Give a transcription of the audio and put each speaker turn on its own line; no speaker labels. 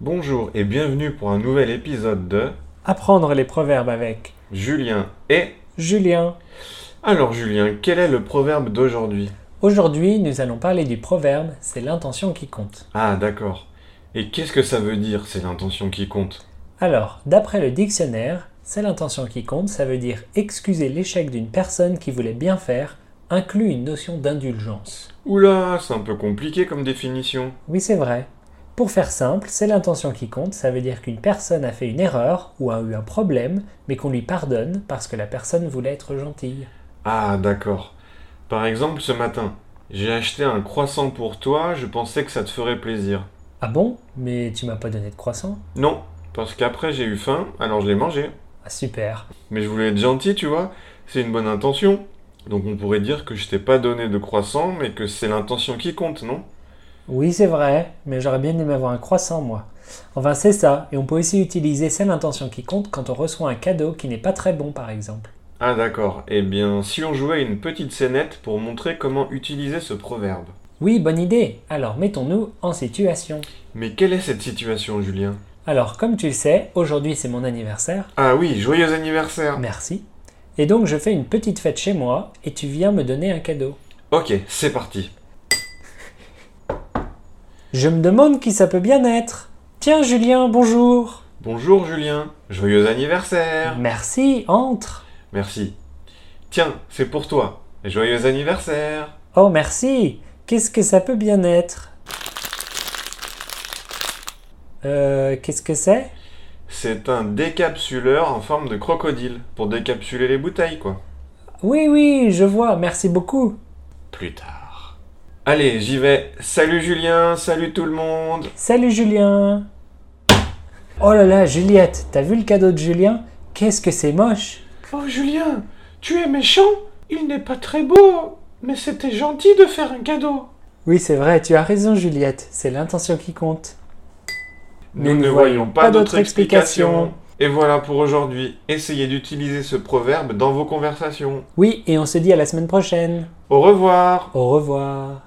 Bonjour et bienvenue pour un nouvel épisode de
Apprendre les proverbes avec
Julien et...
Julien.
Alors Julien, quel est le proverbe d'aujourd'hui
Aujourd'hui, nous allons parler du proverbe C'est l'intention qui compte.
Ah d'accord. Et qu'est-ce que ça veut dire, c'est l'intention qui compte
Alors, d'après le dictionnaire, C'est l'intention qui compte, ça veut dire excuser l'échec d'une personne qui voulait bien faire, inclut une notion d'indulgence.
Oula, c'est un peu compliqué comme définition.
Oui, c'est vrai. Pour faire simple, c'est l'intention qui compte, ça veut dire qu'une personne a fait une erreur ou a eu un problème, mais qu'on lui pardonne parce que la personne voulait être gentille.
Ah d'accord. Par exemple, ce matin, j'ai acheté un croissant pour toi, je pensais que ça te ferait plaisir.
Ah bon Mais tu m'as pas donné de croissant
Non, parce qu'après j'ai eu faim, alors je l'ai mangé.
Ah super.
Mais je voulais être gentil, tu vois, c'est une bonne intention. Donc on pourrait dire que je t'ai pas donné de croissant, mais que c'est l'intention qui compte, non
Oui, c'est vrai, mais j'aurais bien aimé avoir un croissant moi. Enfin, c'est ça, et on peut aussi utiliser C'est l'intention qui compte quand on reçoit un cadeau qui n'est pas très bon par exemple.
Ah d'accord, eh bien si on jouait une petite scénette pour montrer comment utiliser ce proverbe.
Oui, bonne idée. Alors mettons-nous en situation.
Mais quelle est cette situation, Julien
Alors, comme tu le sais, aujourd'hui c'est mon anniversaire.
Ah oui, joyeux anniversaire
Merci. Et donc je fais une petite fête chez moi et tu viens me donner un cadeau.
Ok, c'est parti.
Je me demande qui ça peut bien être. Tiens Julien, bonjour.
Bonjour Julien, joyeux
Mm.
anniversaire
Merci, entre.
Merci. Tiens, c'est pour toi, joyeux anniversaire
Oh merci. Qu'est-ce que ça peut bien être Euh, qu'est-ce que c'est
C'est un décapsuleur en forme de crocodile, pour décapsuler les bouteilles quoi.
Oui, oui, je vois, merci beaucoup.
Plus tard. Allez, j'y vais. Salut Julien, salut tout le monde
Salut Julien. Oh là là, Juliette, t'as vu le cadeau de Julien Qu'est-ce que c'est moche
Oh Julien, tu es méchant Il n'est pas très beau, mais c'était gentil de faire un cadeau.
Oui, c'est vrai, tu as raison Juliette, c'est l'intention qui compte.
Nous ne voyons pas d'autre explication. Et voilà pour aujourd'hui. Essayez d'utiliser ce proverbe dans vos conversations.
Oui, et on se dit à la semaine prochaine.
Au revoir
Au revoir.